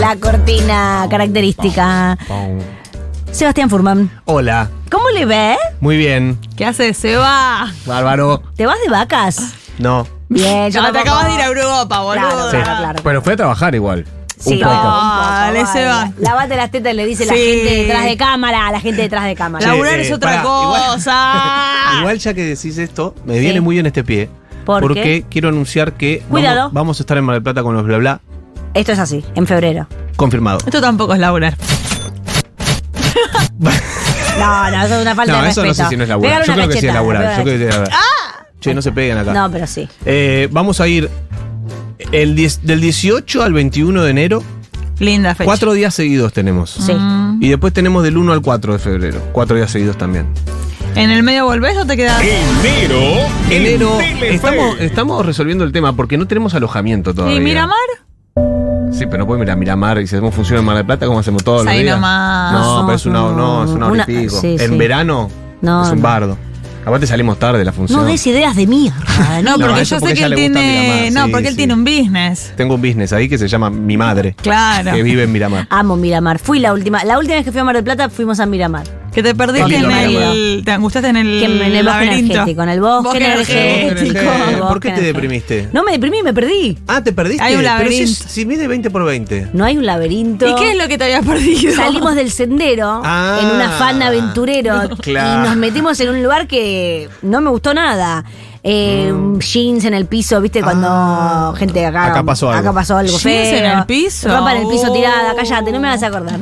la cortina característica. Sebastián Furman, Hola, ¿cómo le ve? muy bien. ¿Qué haces, Seba? Bárbaro. ¿Te vas de vacas? No. Bien, yo No, te tampoco. acabas de ir a Europa, boludo. Claro, Sí. claro, claro. Pero fue a trabajar igual. Sí, un no, poco. Dale, vale. Seba. Lavate las tetas, le dice la Sí. gente detrás de cámara, a la gente detrás de cámara. Sí. Laburar eh, es otra pará, igual- cosa. Igual ya que decís esto, me viene muy bien este pie. Ah. ¿Por porque qué? quiero anunciar que vamos- Cuidado. Vamos, a estar en Mar del Plata con los bla bla. Esto es así, en febrero. Confirmado. Esto tampoco es laburar. No, no, eso es una falta no, de eso respeto. no sé si no es laburar. Pégale Yo una creo que sí es cachetada, laburar. Yo creo pégale que sí es laburar. Che, no se peguen acá. una- Ah. No, pero sí. Eh, vamos a ir el 10 del 18 al 21 de enero. Linda fecha. Cuatro días seguidos tenemos. Sí. Y después tenemos del 1 al 4 de febrero. Cuatro días seguidos también. ¿En el medio volvés o te quedás? Enero. Enero. en Telefe. Estamos, estamos resolviendo el tema porque no tenemos alojamiento todavía. ¿Y Miramar? Sí, pero no podemos ir a Miramar y si hacemos función en Mar del Plata, como hacemos todos los Ahí días. nomás. No, pero es una, no, es una hora Una- y pico. sí, en sí. verano No, es un no. bardo. Aparte salimos tarde de la función. No des ideas de mierda. No, No, porque eso yo sé porque que a ella él le gusta tiene. Miramar, No, sí, porque él sí. tiene un business. Tengo un business ahí que se llama Mi Madre, Claro. que vive en Miramar. Amo Miramar. Fui la última. La última vez que fui a Mar del Plata fuimos a Miramar. Que te Con perdiste mi en marido. el. Te angustiaste en el. Que en el bosque laberinto. energético, en el bosque energético. Eh, ¿Por qué Bosque te energético. deprimiste? No me deprimí, me perdí. Ah, te perdiste. Hay un Pero si, es- laberinto. si mide 20 por 20. No hay un laberinto. ¿Y qué es lo que te habías perdido? Salimos del sendero Ah. en un afán aventurero Claro. y nos metimos en un lugar que no me gustó nada. Eh, Jeans en el piso, ¿viste? Cuando Mm. Ah. gente acá. Acá pasó algo. Acá pasó algo Jeans feo. en el piso. Ropa en el piso Oh. tirada, cállate, no me vas a acordar.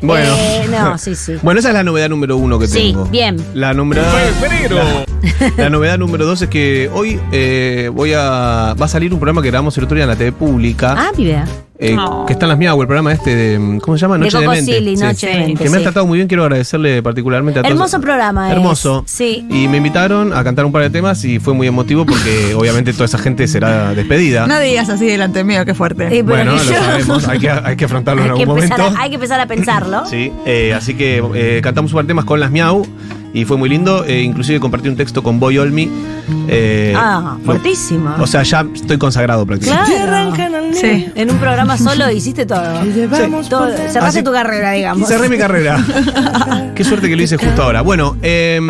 Bueno. Eh, no, sí, sí. Bueno, esa es la novedad número uno que Sí, tengo. bien. La número. Febrero. La novedad número dos es que hoy eh, voy a. Va a salir un programa que grabamos el otro día en la TV pública. Ah, mi vida. eh, Oh. Que está en las mías, o el programa este de. ¿Cómo se llama? De Noche de, Coco Mente. Silly, Sí. Noche de Mente, Que me han sí. tratado muy bien, quiero agradecerle particularmente a todos. Hermoso programa, es. Hermoso. Sí. Y me invitaron a cantar un par de temas y fue muy emotivo porque obviamente toda esa gente será despedida. No digas así delante mío, qué fuerte. Eh, pero bueno, lo que yo- sabemos, hay que, hay que afrontarlo en Hay que, algún empezar momento. a, hay que empezar a pensarlo. Sí, eh, así que eh, cantamos un par de temas con las Miau y fue muy lindo. eh, inclusive compartí un texto con Boy Olmi. eh, ah, lo- fuertísimo. O sea, ya estoy consagrado prácticamente. Claro. Sí. En un programa solo hiciste todo. Todo- cerraste Así- tu carrera, digamos. Cerré mi carrera. Qué suerte que lo hice justo ahora. Bueno, eh,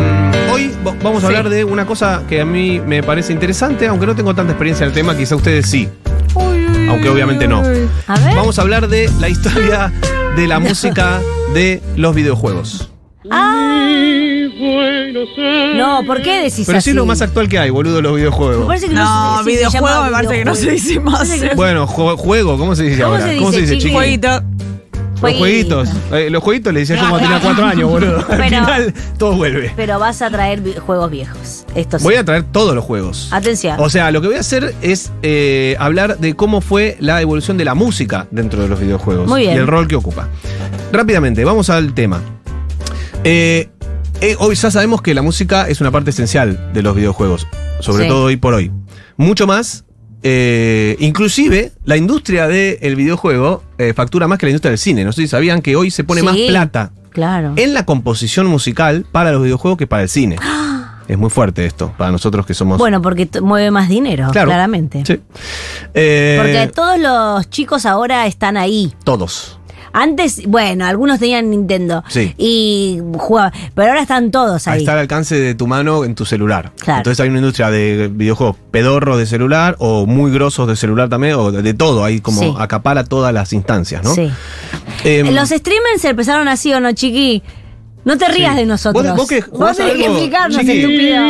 hoy vo- vamos a Sí. hablar de una cosa que a mí me parece interesante, aunque no tengo tanta experiencia en el tema, quizá ustedes sí. Aunque obviamente no. A ver. Vamos a hablar de la historia de la música de los videojuegos. No, ¿por qué decís Pero así? sí es lo más actual que hay, boludo, los Me videojuegos. parece que No, sé si se videojuego llama me parece que no se videojuego. dice más. Parece que no Bueno, ju- juego, ¿cómo se dice ¿Cómo ahora? se ¿Cómo se dice, dice, chiqui? chiqui? Jueguito. Los jueguitos. Eh, los jueguitos le decías como tenía cuatro años, boludo. Al Pero- final todo vuelve. Pero vas a traer vi- juegos viejos. Esto sí. Voy a traer todos los juegos. Atención. O sea, lo que voy a hacer es eh, hablar de cómo fue la evolución de la música dentro de los videojuegos Muy bien. y el rol que ocupa. Rápidamente, vamos al tema. Eh, eh, hoy ya sabemos que la música es una parte esencial de los videojuegos, sobre Sí. todo hoy por hoy. Mucho más, eh, inclusive la industria del videojuego eh, factura más que la industria del cine. No sé si sabían que hoy se pone más Sí. plata claro. en la composición musical para los videojuegos que para el cine. Es muy fuerte esto, para nosotros que somos... Bueno, porque t- mueve más dinero, Claro. Ah, claramente. Sí. Eh, Porque todos los chicos ahora están ahí. todos. Antes, bueno, algunos tenían Nintendo. Sí. Y jugaban. Pero ahora están todos Ahí ahí. está al alcance de tu mano en tu celular. Claro. Entonces hay una industria de videojuegos pedorros de celular o muy grosos de celular también, o de de todo. Ahí como Sí. acapara todas las instancias, ¿no? Sí. Em, Los streamers empezaron así o no, chiqui. No te rías Sí. de nosotros. ¿Vos- vos que jugás tenés que algo, explicarnos, chiqui?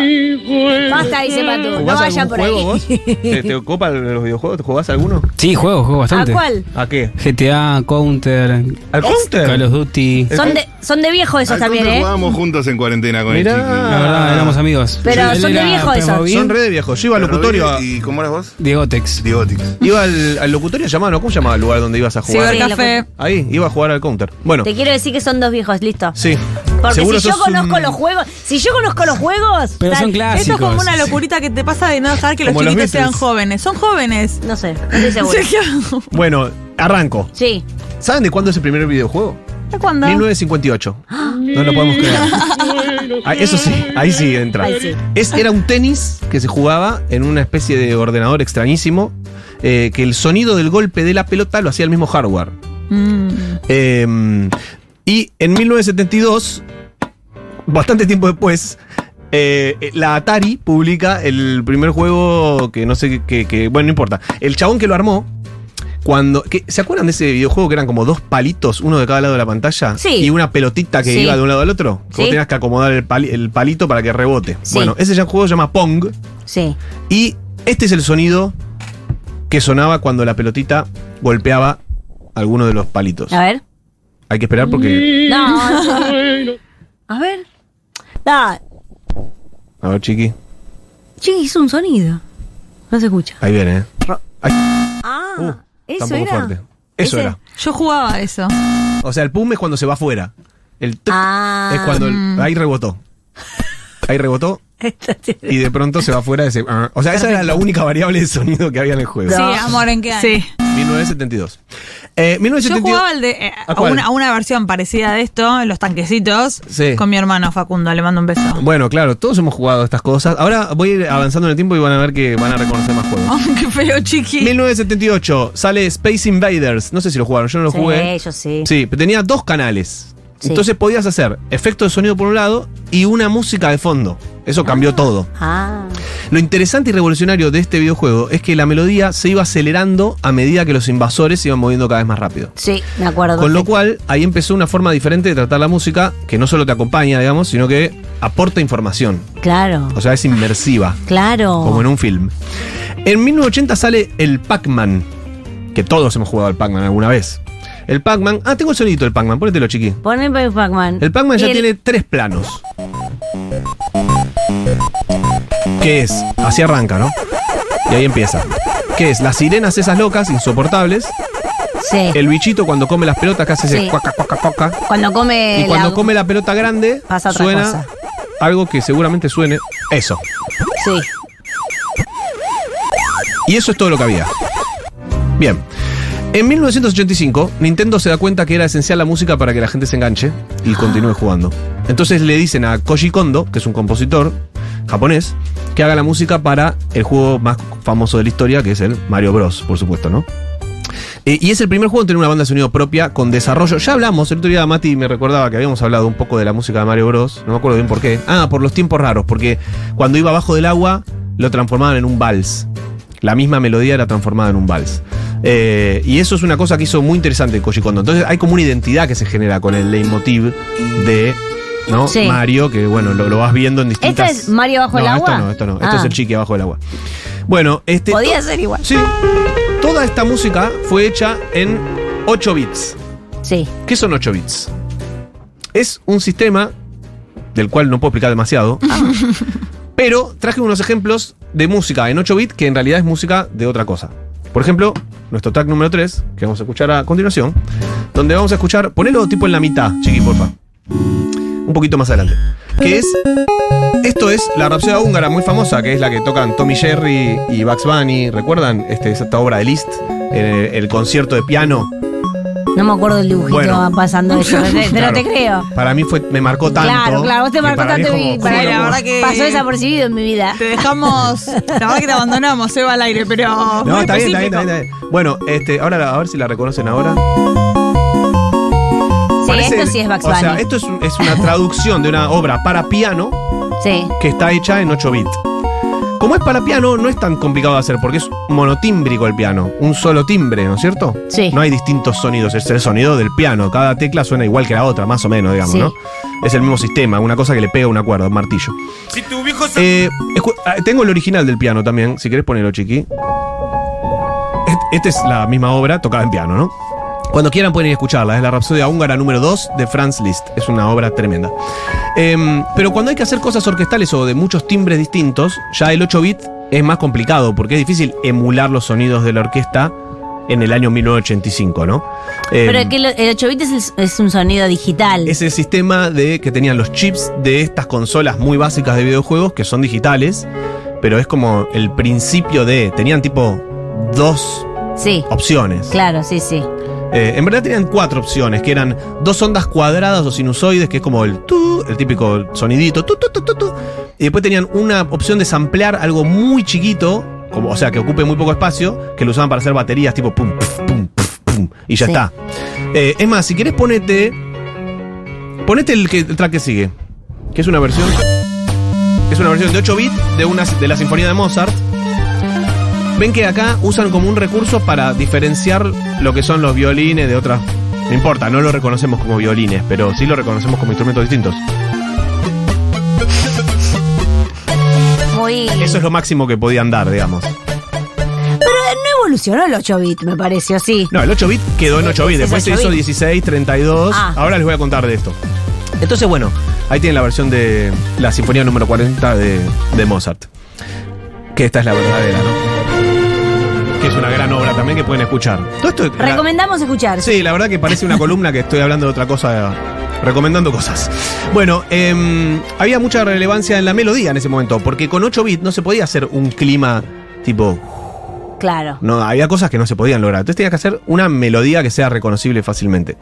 estúpido. Basta, dice Matú. No ¿jugás vaya algún por juego ahí. vos? ¿Te, te ocupan los videojuegos? ¿Te jugás alguno? Sí, juego, juego bastante. ¿A cuál? ¿A qué? GTA, Counter, ¿Al Call of counter? Duty. Es- Son de, son de viejo esos Al también, counter ¿eh? Jugábamos juntos en cuarentena con Mirá. el chiqui. La verdad, eh. éramos amigos. Pero Él son de era viejo esos. Playmobil, Ah. Son re de viejos. Yo iba al locutorio a- ¿Y cómo eras vos? Diegotex. Diotix. Iba al, al locutorio llamado, ¿no? ¿Cómo llamaba el lugar donde ibas a jugar? Cibercafé. Ahí, iba a jugar al counter. Bueno, Te quiero decir que son dos viejos, listo. sí. Porque Seguro si yo sos un- conozco los juegos, si yo conozco los juegos, Pero tal- son clásicos. Esto es como una locurita que te pasa de no dejar que los Como los chiquitos sean Beatles. jóvenes. Son jóvenes. no sé, no estoy seguro. Sergio. Bueno, arranco. Sí. ¿Saben de cuándo es el primer videojuego? ¿Hasta cuándo? 1958. No lo podemos creer. Ah, Eso sí, ahí sí entra. Ahí sí. Es, era un tenis que se jugaba en una especie de ordenador extrañísimo, eh, que el sonido del golpe de la pelota lo hacía el mismo hardware. Mm. Eh, y en 1972, bastante tiempo después, eh, eh, la Atari publica el primer juego que no sé qué. que- Bueno, no importa. El chabón que lo armó. Cuando, que- ¿Se acuerdan de ese videojuego que eran como dos palitos, uno de cada lado de la pantalla? Sí. Y una pelotita que Sí. iba de un lado al otro. Que vos Sí. tenías que acomodar el, pali- el palito para que rebote. Sí. Bueno, ese ya juego se llama Pong. Sí. Y este es el sonido que sonaba cuando la pelotita golpeaba alguno de los palitos. A ver. Hay que esperar porque. No. A ver. Da, A ver, chiqui. che, hizo un sonido. No se escucha. Ahí viene, ¿eh? Ah, Uh, está un eso poco era. fuerte. Eso Ese- era. Yo jugaba eso. O sea, el pum es cuando se va afuera. El tuc Ah. es cuando. el- ahí rebotó. Ahí rebotó y de pronto se va afuera ese. ah. O sea, esa era la única variable de sonido que había en el juego. No. Sí, amor, ¿en qué año? Sí. 1972. Eh, Yo 1972. jugaba al de, eh, ¿A a, cuál? una, a una versión parecida de esto, los tanquecitos, Sí. con mi hermano Facundo. Le mando un beso. Bueno, claro, todos hemos jugado estas cosas. Ahora voy a ir avanzando en el tiempo y van a ver que van a reconocer más Ah, juegos. Oh, qué feo, chiqui. 1978 sale Space Invaders. No sé si lo jugaron, yo no lo jugué. Sí, yo sí. Sí, pero tenía dos canales. Sí. Entonces podías hacer efectos de sonido por un lado y una música de fondo. Eso cambió todo. Ah. Lo interesante y revolucionario de este videojuego es que la melodía se iba acelerando a medida que los invasores se iban moviendo cada vez más rápido. Sí, me acuerdo. Con lo cual, ahí empezó una forma diferente de tratar la música que no solo te acompaña, digamos, sino que aporta información. Claro. O sea, es inmersiva, Claro. como en un film. En 1980 sale el Pac-Man, que todos hemos jugado al Pac-Man alguna vez. El Pac-Man. Ah, tengo el sonido del Pac-Man, ponételo, chiqui. Pon el Pac- Pac-Man. El Pac-Man ya Y el- tiene tres planos. ¿Qué es? Así arranca, ¿no? Y ahí empieza. ¿Qué es? Las sirenas esas locas, insoportables. Sí. El bichito cuando come las pelotas que hace ese Sí. cuaca, cuaca, cuaca. Cuando come. Y cuando la- come la pelota grande, Pasa otra suena cosa. algo que seguramente suene eso. Sí. Y eso es todo lo que había. Bien. En 1985, Nintendo se da cuenta que era esencial la música para que la gente se enganche y continúe jugando. Entonces le dicen a Koji Kondo, que es un compositor japonés, que haga la música para el juego más famoso de la historia, que es el Mario Bros, por supuesto, ¿no? Eh, y es el primer juego en tener una banda de sonido propia con desarrollo. Ya hablamos, el otro día Mati me recordaba que habíamos hablado un poco de la música de Mario Bros. No me acuerdo bien por qué. Ah, por los tiempos raros, porque cuando iba abajo del agua lo transformaban en un vals. La misma melodía era transformada en un vals. Eh, y eso es una cosa que hizo muy interesante Koji Kondo. Entonces hay como una identidad que se genera con el leitmotiv de ¿no? Sí. Mario, que bueno, lo, lo vas viendo en ¿Esta distintas... es Mario bajo el No, agua? Esto no, esto no. Esto Ah. es el chiqui abajo del agua. Bueno, este... Podía ser igual. Sí. Toda esta música fue hecha en 8 bits. Sí. ¿Qué son 8 bits? Es un sistema del cual no puedo explicar demasiado. Pero traje unos ejemplos de música en 8 bits que en realidad es música de otra cosa. Por ejemplo, nuestro track número 3, que vamos a escuchar a continuación, donde vamos a escuchar, ponelo tipo en la mitad, chiqui, porfa. Un poquito más adelante. Que es. Esto es la Rapsodia húngara muy famosa, que es la que tocan Tommy Jerry y Bugs Bunny. ¿Recuerdan este, esta obra de Liszt? El- el concierto de piano. No me acuerdo el dibujito Bueno. pasando eso. Pero Claro. te creo. Para mí fue, me marcó tanto. Claro, claro, vos te que marcó para mí tanto es como, y para ¿cómo mí lo Sí, la puedo- verdad que- pasó desapercibido en mi vida. Te dejamos. La verdad que te abandonamos, Eva, al aire, pero. No, muy está bien, está bien, específico. está bien, está bien. Bueno, este, ahora la- a ver si la reconocen ahora. Sí, Parece- esto sí es Bugs O sea, Bunny. esto es, un- es una traducción de una obra para piano Sí. que está hecha en 8 bits. Como es para piano, no es tan complicado de hacer porque es monotímbrico el piano, un solo timbre, ¿no es cierto? Sí. No hay distintos sonidos, es el sonido del piano, cada tecla suena igual que la otra, más o menos, digamos, Sí. ¿no? Es el mismo sistema, una cosa que le pega una cuerda, un martillo. Eh, escu- ah, tengo el original del piano también, si querés ponerlo, chiqui. Est- Esta es la misma obra tocada en piano, ¿no? Cuando quieran pueden ir a escucharla, es la Rapsodia Húngara número 2 de Franz Liszt, es una obra tremenda. Em, pero cuando hay que hacer cosas orquestales o de muchos timbres distintos, ya el 8-bit es más complicado porque es difícil emular los sonidos de la orquesta en el año 1985, ¿no? Em, Pero que lo- el 8 bit es, el- es un sonido digital. es el sistema de que tenían los chips de estas consolas muy básicas de videojuegos que son digitales, pero es como el principio de. Tenían tipo dos sí. opciones. Claro, sí, sí. Eh, en verdad tenían cuatro opciones, que eran dos ondas cuadradas o sinusoides, que es como el tu, el típico sonidito, tu, tu, tu, tu, tu. Y después tenían una opción de samplear algo muy chiquito, como, o sea, que ocupe muy poco espacio, que lo usaban para hacer baterías tipo pum, pf, pum, pf, pum, pum, y ya Sí. está. Eh, es más, si querés ponete. Ponete el, que, el track que sigue. Que es una versión. Es una versión de 8 bits de, una, de la Sinfonía de Mozart. Ven que acá usan como un recurso para diferenciar lo que son los violines de otras. No importa, no lo reconocemos como violines, pero sí lo reconocemos como instrumentos distintos. Muy. Eso es lo máximo que podían dar, digamos. Pero eh, no evolucionó el 8-bit, me parece, ¿o sí? No, el 8-bit quedó en 8-bit. Ese es Después se 8-bit. hizo 16, 32. Ah. Ahora les voy a contar de esto. Entonces, bueno, ahí tienen la versión de la Sinfonía número 40 de, de Mozart. Que esta es la verdadera, ¿no? Que es una gran obra también que pueden escuchar. Todo esto. la- Recomendamos escuchar. sí, la verdad que parece una columna que estoy hablando de otra cosa. Recomendando cosas. Bueno, em, había mucha relevancia en la melodía en ese momento, porque con 8 bits no se podía hacer un clima tipo Claro. no, había cosas que no se podían lograr. Entonces tenías que hacer una melodía que sea reconocible fácilmente.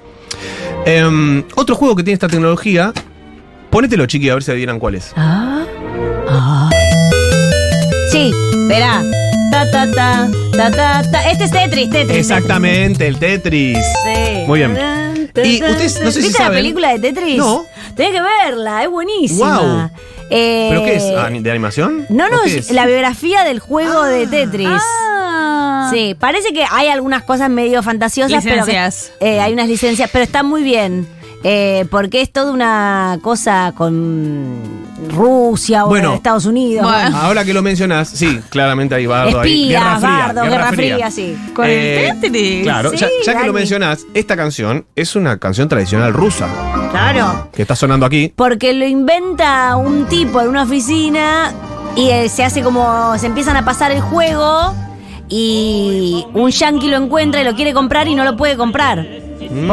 Em, otro juego que tiene esta tecnología. Ponételo, chiqui, a ver si adivinan cuál es. Ah. Ah. Sí, verá. Ta, ta, ta, ta, ta, ta. Este es Tetris, Tetris. Exactamente, el Tetris. Sí. Muy bien. Y ustedes, no sé si ¿Viste la saben- película de Tetris? No. Tenés que verla, es buenísima. Guau. Eh, ¿Pero qué es? ¿Ah, ¿De animación? No, no, ¿O qué es es? la biografía del juego de Tetris. Ah. Sí, parece que hay algunas cosas medio fantasiosas, Licencias. pero que- eh, hay unas licencias, pero está muy bien. eh, porque es toda una cosa con Rusia o Bueno. Estados Unidos. Bueno. Ahora que lo mencionas, sí, claramente hay bardo ahí. Espías, Guerra fría, Eh, bardos, guerra fría, sí. Con el Tetris. Claro, ya, Sí, ya que Dani. lo mencionás, esta canción es una canción tradicional rusa Claro. que está sonando aquí. Porque lo inventa un tipo en una oficina y eh, se hace como. se empiezan a pasar el juego y un yankee lo encuentra y lo quiere comprar y no lo puede comprar.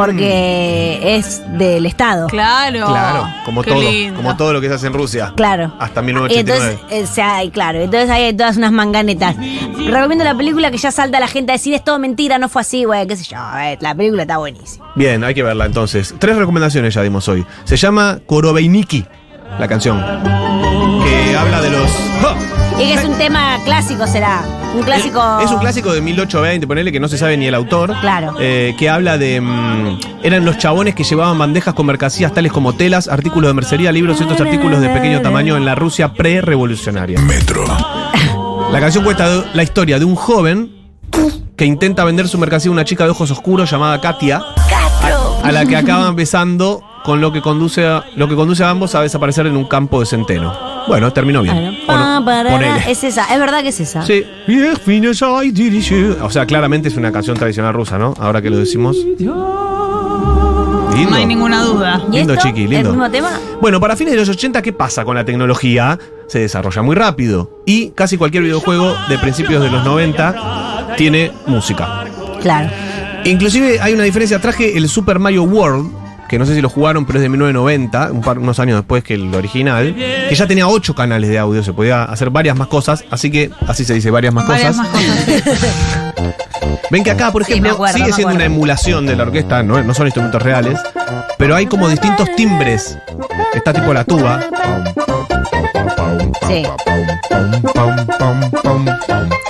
Porque es del Estado. Claro. Claro, como Qué todo, lindo. como todo lo que se hace en Rusia. Oh, Claro. Hasta Y 1989. entonces, eh, o sea, y claro, entonces ahí hay todas unas manganetas. Recomiendo la película que ya salta la gente a decir es todo mentira, no fue así, güey, qué sé yo. eh, la película está buenísima. Bien, hay que verla entonces. Tres recomendaciones ya dimos hoy. Se llama Korobeiniki, la canción. Que habla de los. ¡Oh! ¡Ja! Y que es un tema clásico, será. Un clásico. Es un clásico de 1820, ponele que no se sabe ni el autor. Claro. Eh, que habla de. mm, eran los chabones que llevaban bandejas con mercancías tales como telas, artículos de mercería, libros y otros artículos de pequeño tamaño en la Rusia pre-revolucionaria. Metro. La canción cuenta de- la historia de un joven que intenta vender su mercancía a una chica de ojos oscuros llamada Katia. a la que acaban besando con lo que conduce a, lo que conduce a ambos a desaparecer en un campo de centeno. Bueno, terminó bien. O Ah, no, pará, ponele. es esa, es verdad que es esa. Sí. Bien, fines hay, dirige. O sea, claramente es una canción tradicional rusa, ¿no? Ahora que lo decimos. No hay Lindo. ninguna duda. ¿Y Lindo, esto? chiqui, lindo. ¿El mismo tema? Bueno, para fines de los 80, ¿qué pasa con la tecnología? Se desarrolla muy rápido. Y casi cualquier videojuego de principios de los 90 tiene música. Claro. Inclusive hay una diferencia. Traje el Super Mario World, que no sé si lo jugaron, pero es de 1990, un par- unos años después que el original, que ya tenía ocho canales de audio, se podía hacer varias más cosas, así que así se dice, varias más Varias cosas. más cosas. Ven que acá, por Sí, ejemplo, me acuerdo, sigue me siendo una acuerdo. emulación de la orquesta, no, no son instrumentos reales, pero hay como distintos timbres. Está tipo la tuba. Sí.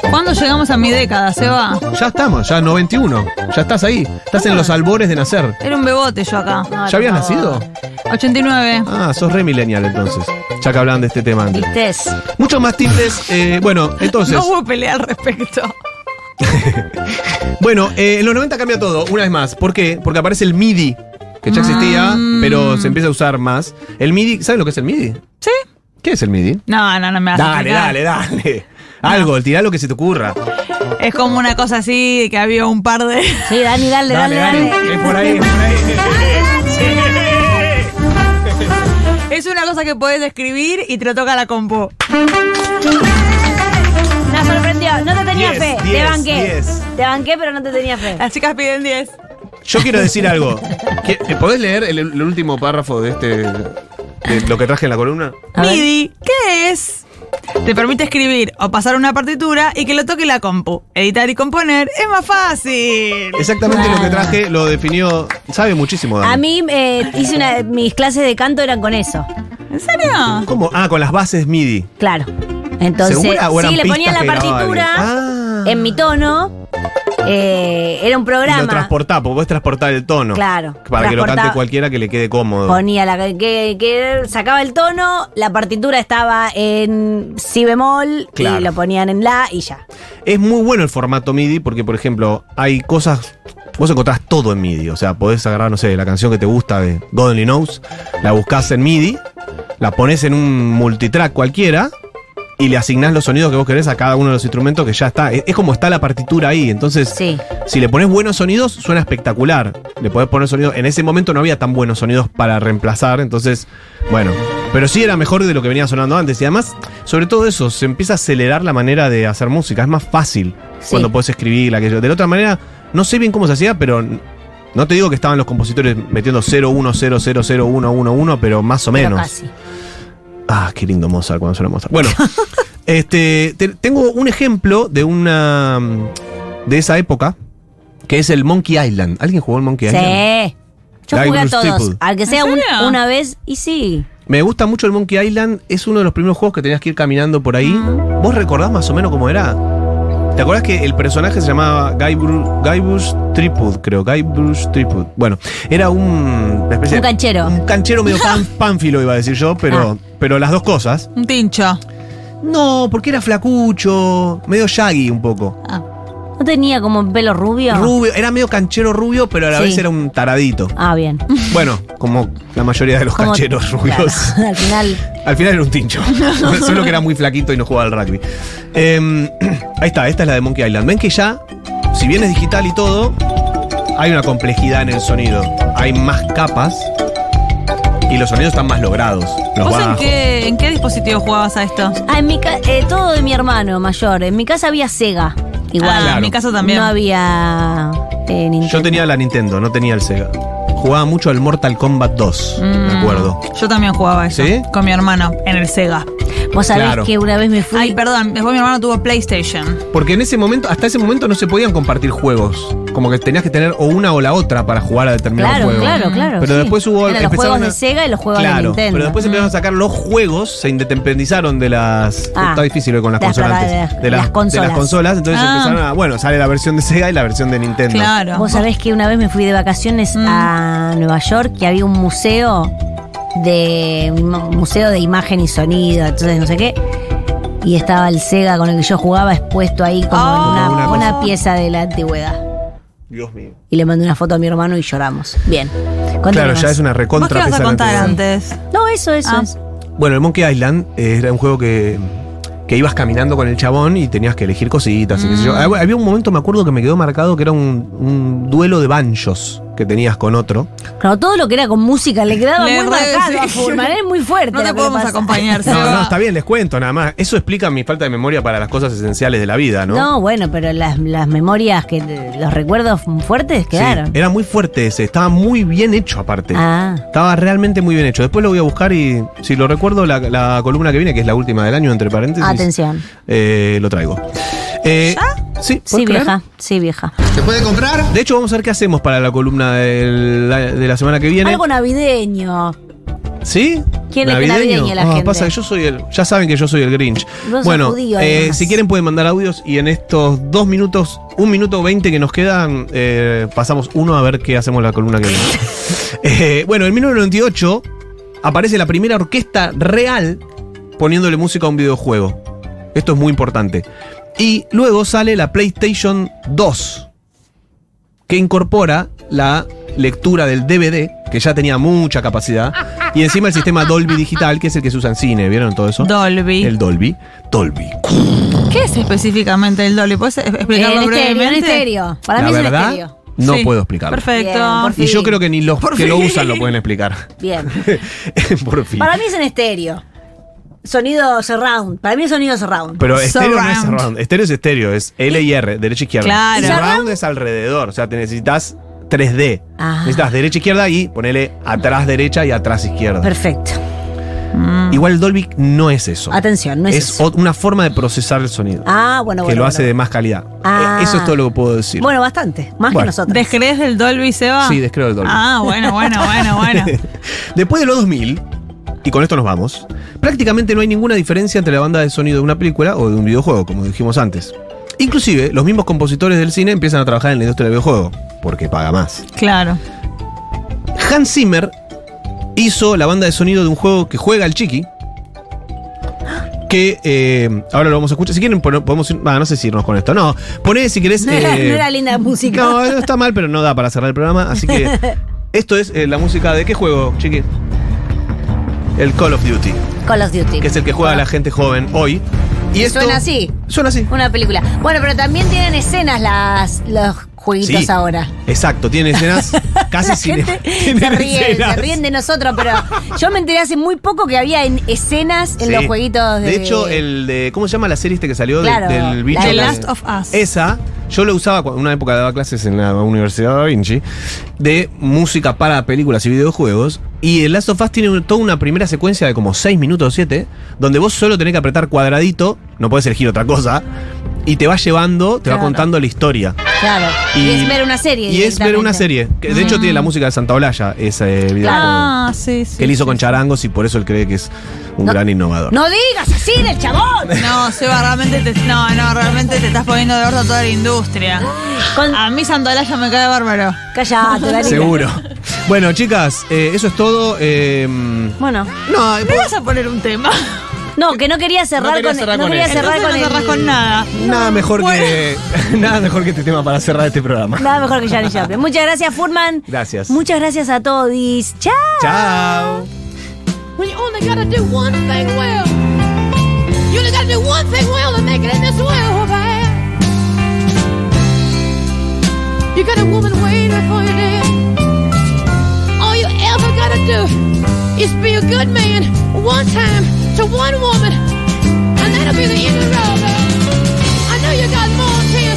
¿Cuándo llegamos a mi década, Seba? Ya estamos, ya 91, ya estás ahí, estás en los albores de nacer. Era un bebote yo acá. No, ¿Ya habías Ah, por favor. nacido? 89. Ah, sos re millennial entonces, ya que hablaban de este tema antes. ¿Viste? Muchos más timbres. eh, bueno, entonces. No hubo pelea al respecto. Bueno, eh, en los 90 cambia todo, una vez más. ¿Por qué? Porque aparece el MIDI, que ya existía, Ah. pero se empieza a usar más. El MIDI, ¿sabes lo que es el MIDI? ¿Sí? ¿Qué es el MIDI? No, no, no Ah, me vas a Dale, explicar. dale, dale. Algo, tirá lo que se te ocurra. Es como una cosa así de que había un par de. Sí, Dani, dale, dale, dale. Es por ahí, es por ahí. Es una cosa que puedes escribir y te lo toca la compu. Nos sorprendió, no te tenía Diez, fe. te diez, banqué. diez. Te banqué, pero no te tenía fe. Las chicas piden 10. Yo quiero decir algo. ¿Qué- eh, ¿Podés leer el, el último párrafo de este. de lo que traje en la columna? A ver. MIDI, ¿qué es? Te permite escribir o pasar una partitura y que lo toque la compu. Editar y componer es más fácil. Exactamente lo que traje lo definió. Sabe muchísimo, Dani. A mí eh, hice una, mis clases de canto eran con eso. ¿En serio? ¿Cómo? Ah, con las bases MIDI. Claro. Entonces, ¿Segura o eran sí, le ponía pistas la que grababa partitura alguien? Ah. en mi tono. eh, era un programa. Lo transportá, porque podés transportar el tono. Claro. Para que lo Transportá- cante cualquiera que le quede cómodo. Ponía la que, que sacaba el tono, la partitura estaba en si bemol Claro. y lo ponían en la y ya. Es muy bueno el formato MIDI porque, por ejemplo, hay cosas. Vos encontrás todo en MIDI. O sea, podés agarrar, no sé, la canción que te gusta de God Only Knows, la buscás en MIDI, la pones en un multitrack cualquiera y le asignás los sonidos que vos querés a cada uno de los instrumentos que ya está. Es, es como está la partitura ahí. Entonces, Sí. si le pones buenos sonidos, suena espectacular. Le podés poner sonidos. En ese momento no había tan buenos sonidos para reemplazar. Entonces, bueno. Pero sí era mejor de lo que venía sonando antes. Y además, sobre todo eso, se empieza a acelerar la manera de hacer música. Es más fácil Sí. cuando podés escribir aquello. De la otra manera, no sé bien cómo se hacía, pero no te digo que estaban los compositores metiendo 010000111, pero más o Pero menos. casi. Ah, qué lindo Mozart cuando suena Mozart. Bueno, este, te- tengo un ejemplo de una mm, de esa época que es el Monkey Island. ¿Alguien jugó el Monkey Island? Sí. Yo Like jugué a Bruce todos. Staple. Al que sea ¿En un- serio? una vez y sí. Me gusta mucho el Monkey Island. Es uno de los primeros juegos que tenías que ir caminando por ahí. ¿Vos recordás más o menos cómo era? ¿Te acordás que el personaje se llamaba Guy Bru- Guybrush Threepwood, creo? Guybrush Threepwood. Bueno, era un... una especie Un de- canchero. Ah. Un canchero medio pan- pánfilo, iba a decir yo, pero, pero las dos cosas. Un tincho. No, porque era flacucho, medio shaggy un poco. Ah. ¿No tenía como pelo rubio? Rubio, era medio canchero rubio, pero a la Sí. vez era un taradito. ah, bien. Bueno, como la mayoría de los Como- cancheros rubios. Claro, al final. Al final era un tincho. Solo que era muy flaquito y no jugaba al rugby. Em, ahí está, esta es la de Monkey Island. Ven que ya, si bien es digital y todo, hay una complejidad en el sonido. Hay más capas y los sonidos están más logrados. Los ¿Vos en bajos. qué, en qué dispositivo jugabas a esto? Ah, en mi ca- eh, todo de mi hermano mayor. En mi casa había Sega. Igual. Ah, Claro. En mi caso también. No había eh, Nintendo. Yo tenía la Nintendo, no tenía el Sega. Jugaba mucho al Mortal Kombat 2, Mm. me acuerdo. Yo también jugaba eso. ¿Sí? Con mi hermano, en el Sega. Vos sabés Claro. que una vez me fui. Ay, perdón, después mi hermano tuvo PlayStation. Porque en ese momento, hasta ese momento no se podían compartir juegos. Como que tenías que tener o una o la otra para jugar a determinado Claro, juego. Mm. claro, claro, Pero sí. después hubo. Eran los empezaron juegos de Sega y los juegos de Claro, Nintendo. Pero después empezaron a sacar los juegos, se independizaron de las. Ah. está difícil hoy con las De las- consonantes. de las- de, las, consolas. de las consolas. Entonces Ah. empezaron a. Bueno, sale la versión de Sega y la versión de Nintendo. Claro. Mm. Vos sabés que una vez me fui de vacaciones a Nueva York que había un museo de un mu- museo de imagen y sonido, entonces no sé qué. Y estaba el Sega con el que yo jugaba expuesto ahí como en Ah. una, Una una cosa. pieza de la antigüedad. Dios mío. Y le mandé una foto a mi hermano y lloramos. Bien. Contame Claro, más. ya es una ¿Vos qué recontra ibas a pieza de contar Nintendo. antes? No, eso, eso. Ah. eso. Bueno, el Monkey Island eh, era un juego que, que ibas caminando con el chabón y tenías que elegir cositas. y qué sé Mm. yo. Hab- Había un momento, me acuerdo, que me quedó marcado que era un, un duelo de banchos que tenías con otro. Claro, todo lo que era con música le quedaba Le muy re- marcado a sí. Fullman, es muy fuerte. No lo te que podemos pasa. acompañar, No, Seba. no, está bien, les cuento nada más. Eso explica mi falta de memoria para las cosas esenciales de la vida, ¿no? ¿no? bueno, pero las, las memorias, que los recuerdos fuertes Sí, este. quedaron. era muy fuerte ese, estaba muy bien hecho aparte. Ah. Estaba realmente muy bien hecho. Después lo voy a buscar y, si lo recuerdo, la, la columna que viene, que es la última del año, entre paréntesis. Atención. eh, lo traigo. Eh, Sí, ¿puedes Sí, creer? vieja, sí, vieja. ¿Se puede comprar? De hecho, vamos a ver qué hacemos para la columna del- la- de la, semana que viene. Algo navideño. ¿Sí? ¿Quién le cree navideño a la Ah, gente? pasa que yo soy el. Ya saben que yo soy el Grinch. sos bueno, judío, eh, además. si quieren pueden mandar audios y en estos dos minutos, un minuto veinte que nos quedan, eh, pasamos uno a ver qué hacemos la columna que viene. Eh, bueno, en 1998 aparece la primera orquesta real poniéndole música a un videojuego. Esto es muy importante. Y luego sale la PlayStation 2, que incorpora la lectura del DVD, que ya tenía mucha capacidad, y encima el sistema Dolby Digital, que es el que se usa en cine, ¿vieron todo eso? Dolby. El Dolby. Dolby. ¿Qué es específicamente el Dolby? ¿Puedes explicarlo Eh, En estéreo, en brevemente? estéreo. Para mí la es en verdad, estéreo. no Sí. puedo explicarlo. Bien, Perfecto. por Y yo fin. creo que ni los Por que lo fin. usan lo pueden explicar. Bien. Por fin. Para mí es en estéreo. Sonido surround. Para mí es sonido surround. Pero estéreo no es Surround. surround. Estéreo es estéreo, es L y R, derecha e izquierda. Claro. Y Surround- Surround es alrededor, o sea, te necesitas 3D. Ah. Necesitas derecha e izquierda y ponele atrás derecha y atrás izquierda. Perfecto. Igual el Dolby no es eso. Atención, Mm. no es, es eso. o- una forma de procesar el sonido. Ah, bueno, que bueno. lo hace bueno. de más calidad. Ah. Eh, Eso es todo lo que puedo decir. Bueno, bastante. Más que Bueno. nosotros. ¿Descrees del Dolby, Seba? Sí, descreo el Dolby. Ah, bueno, bueno, bueno, bueno. Después de los 2000, y con esto nos vamos, prácticamente no hay ninguna diferencia entre la banda de sonido de una película o de un videojuego, como dijimos antes. Inclusive, los mismos compositores del cine empiezan a trabajar en la industria del videojuego, porque paga más. Claro. Hans Zimmer hizo la banda de sonido de un juego que juega el Chiqui. Que eh, ahora lo vamos a escuchar. Si quieren, pone- podemos ir. ah, no sé si irnos con esto. No, poné si querés. No, era, eh, no era linda música. no, eso está mal, pero no da para cerrar el programa. Así que esto es eh, la música de qué juego, chiqui? El Call of Duty, Call of Duty. que es el que juega la gente joven hoy. Y Que esto- suena así. Suena así. Una película. Bueno, pero también tienen escenas las, los jueguitos Sí. ahora. Exacto, tiene escenas casi La cine- gente tiene se ríen, escenas. se ríen de nosotros, pero yo me enteré hace muy poco que había en escenas en Sí. los jueguitos de. De hecho, el de. ¿Cómo se llama la serie este que salió de- Claro, del bicho? la The de- que- Last of Us. Esa, yo lo usaba cuando- en una época daba clases en la Universidad da Vinci de música para películas y videojuegos. Y el Last of Us tiene un- toda una primera secuencia de como 6 minutos o 7, donde vos solo tenés que apretar cuadradito, no podés elegir otra cosa, y te va llevando, te Claro. va contando la historia. Claro. Y, es ver una serie. Y es ver directamente. una Ah. serie. Que de hecho tiene la música de Santa Olalla, ese videojuego. Ah, sí, sí. Que él hizo con charangos y por eso él cree que es un No. gran innovador. No digas así del chabón. No, Seba, realmente te, no, no, realmente te estás poniendo de orto a toda la industria. Con- A mí Santolaya me cae bárbaro. Callate, Dalila. Seguro. Bueno, chicas, eh, eso es todo. eh, no, Bueno, eh, ¿Me vas a poner un tema? no, que no quería cerrar quería con. cerrar no con quería él. cerrar Entonces no cerrás con, el- con nada. nada mejor Bueno. que nada mejor que este tema para cerrar este programa. Nada mejor que Janis Joplin. Muchas gracias, Furman. Gracias. Muchas gracias a todos. Chao. Chao. when you only gotta do one thing well. You only gotta do one thing well to make it in this world, babe. You got a woman waiting for you there. All you ever gotta do is be a good man one time to one woman, and that'll be the end of the road, babe. I know you got more to you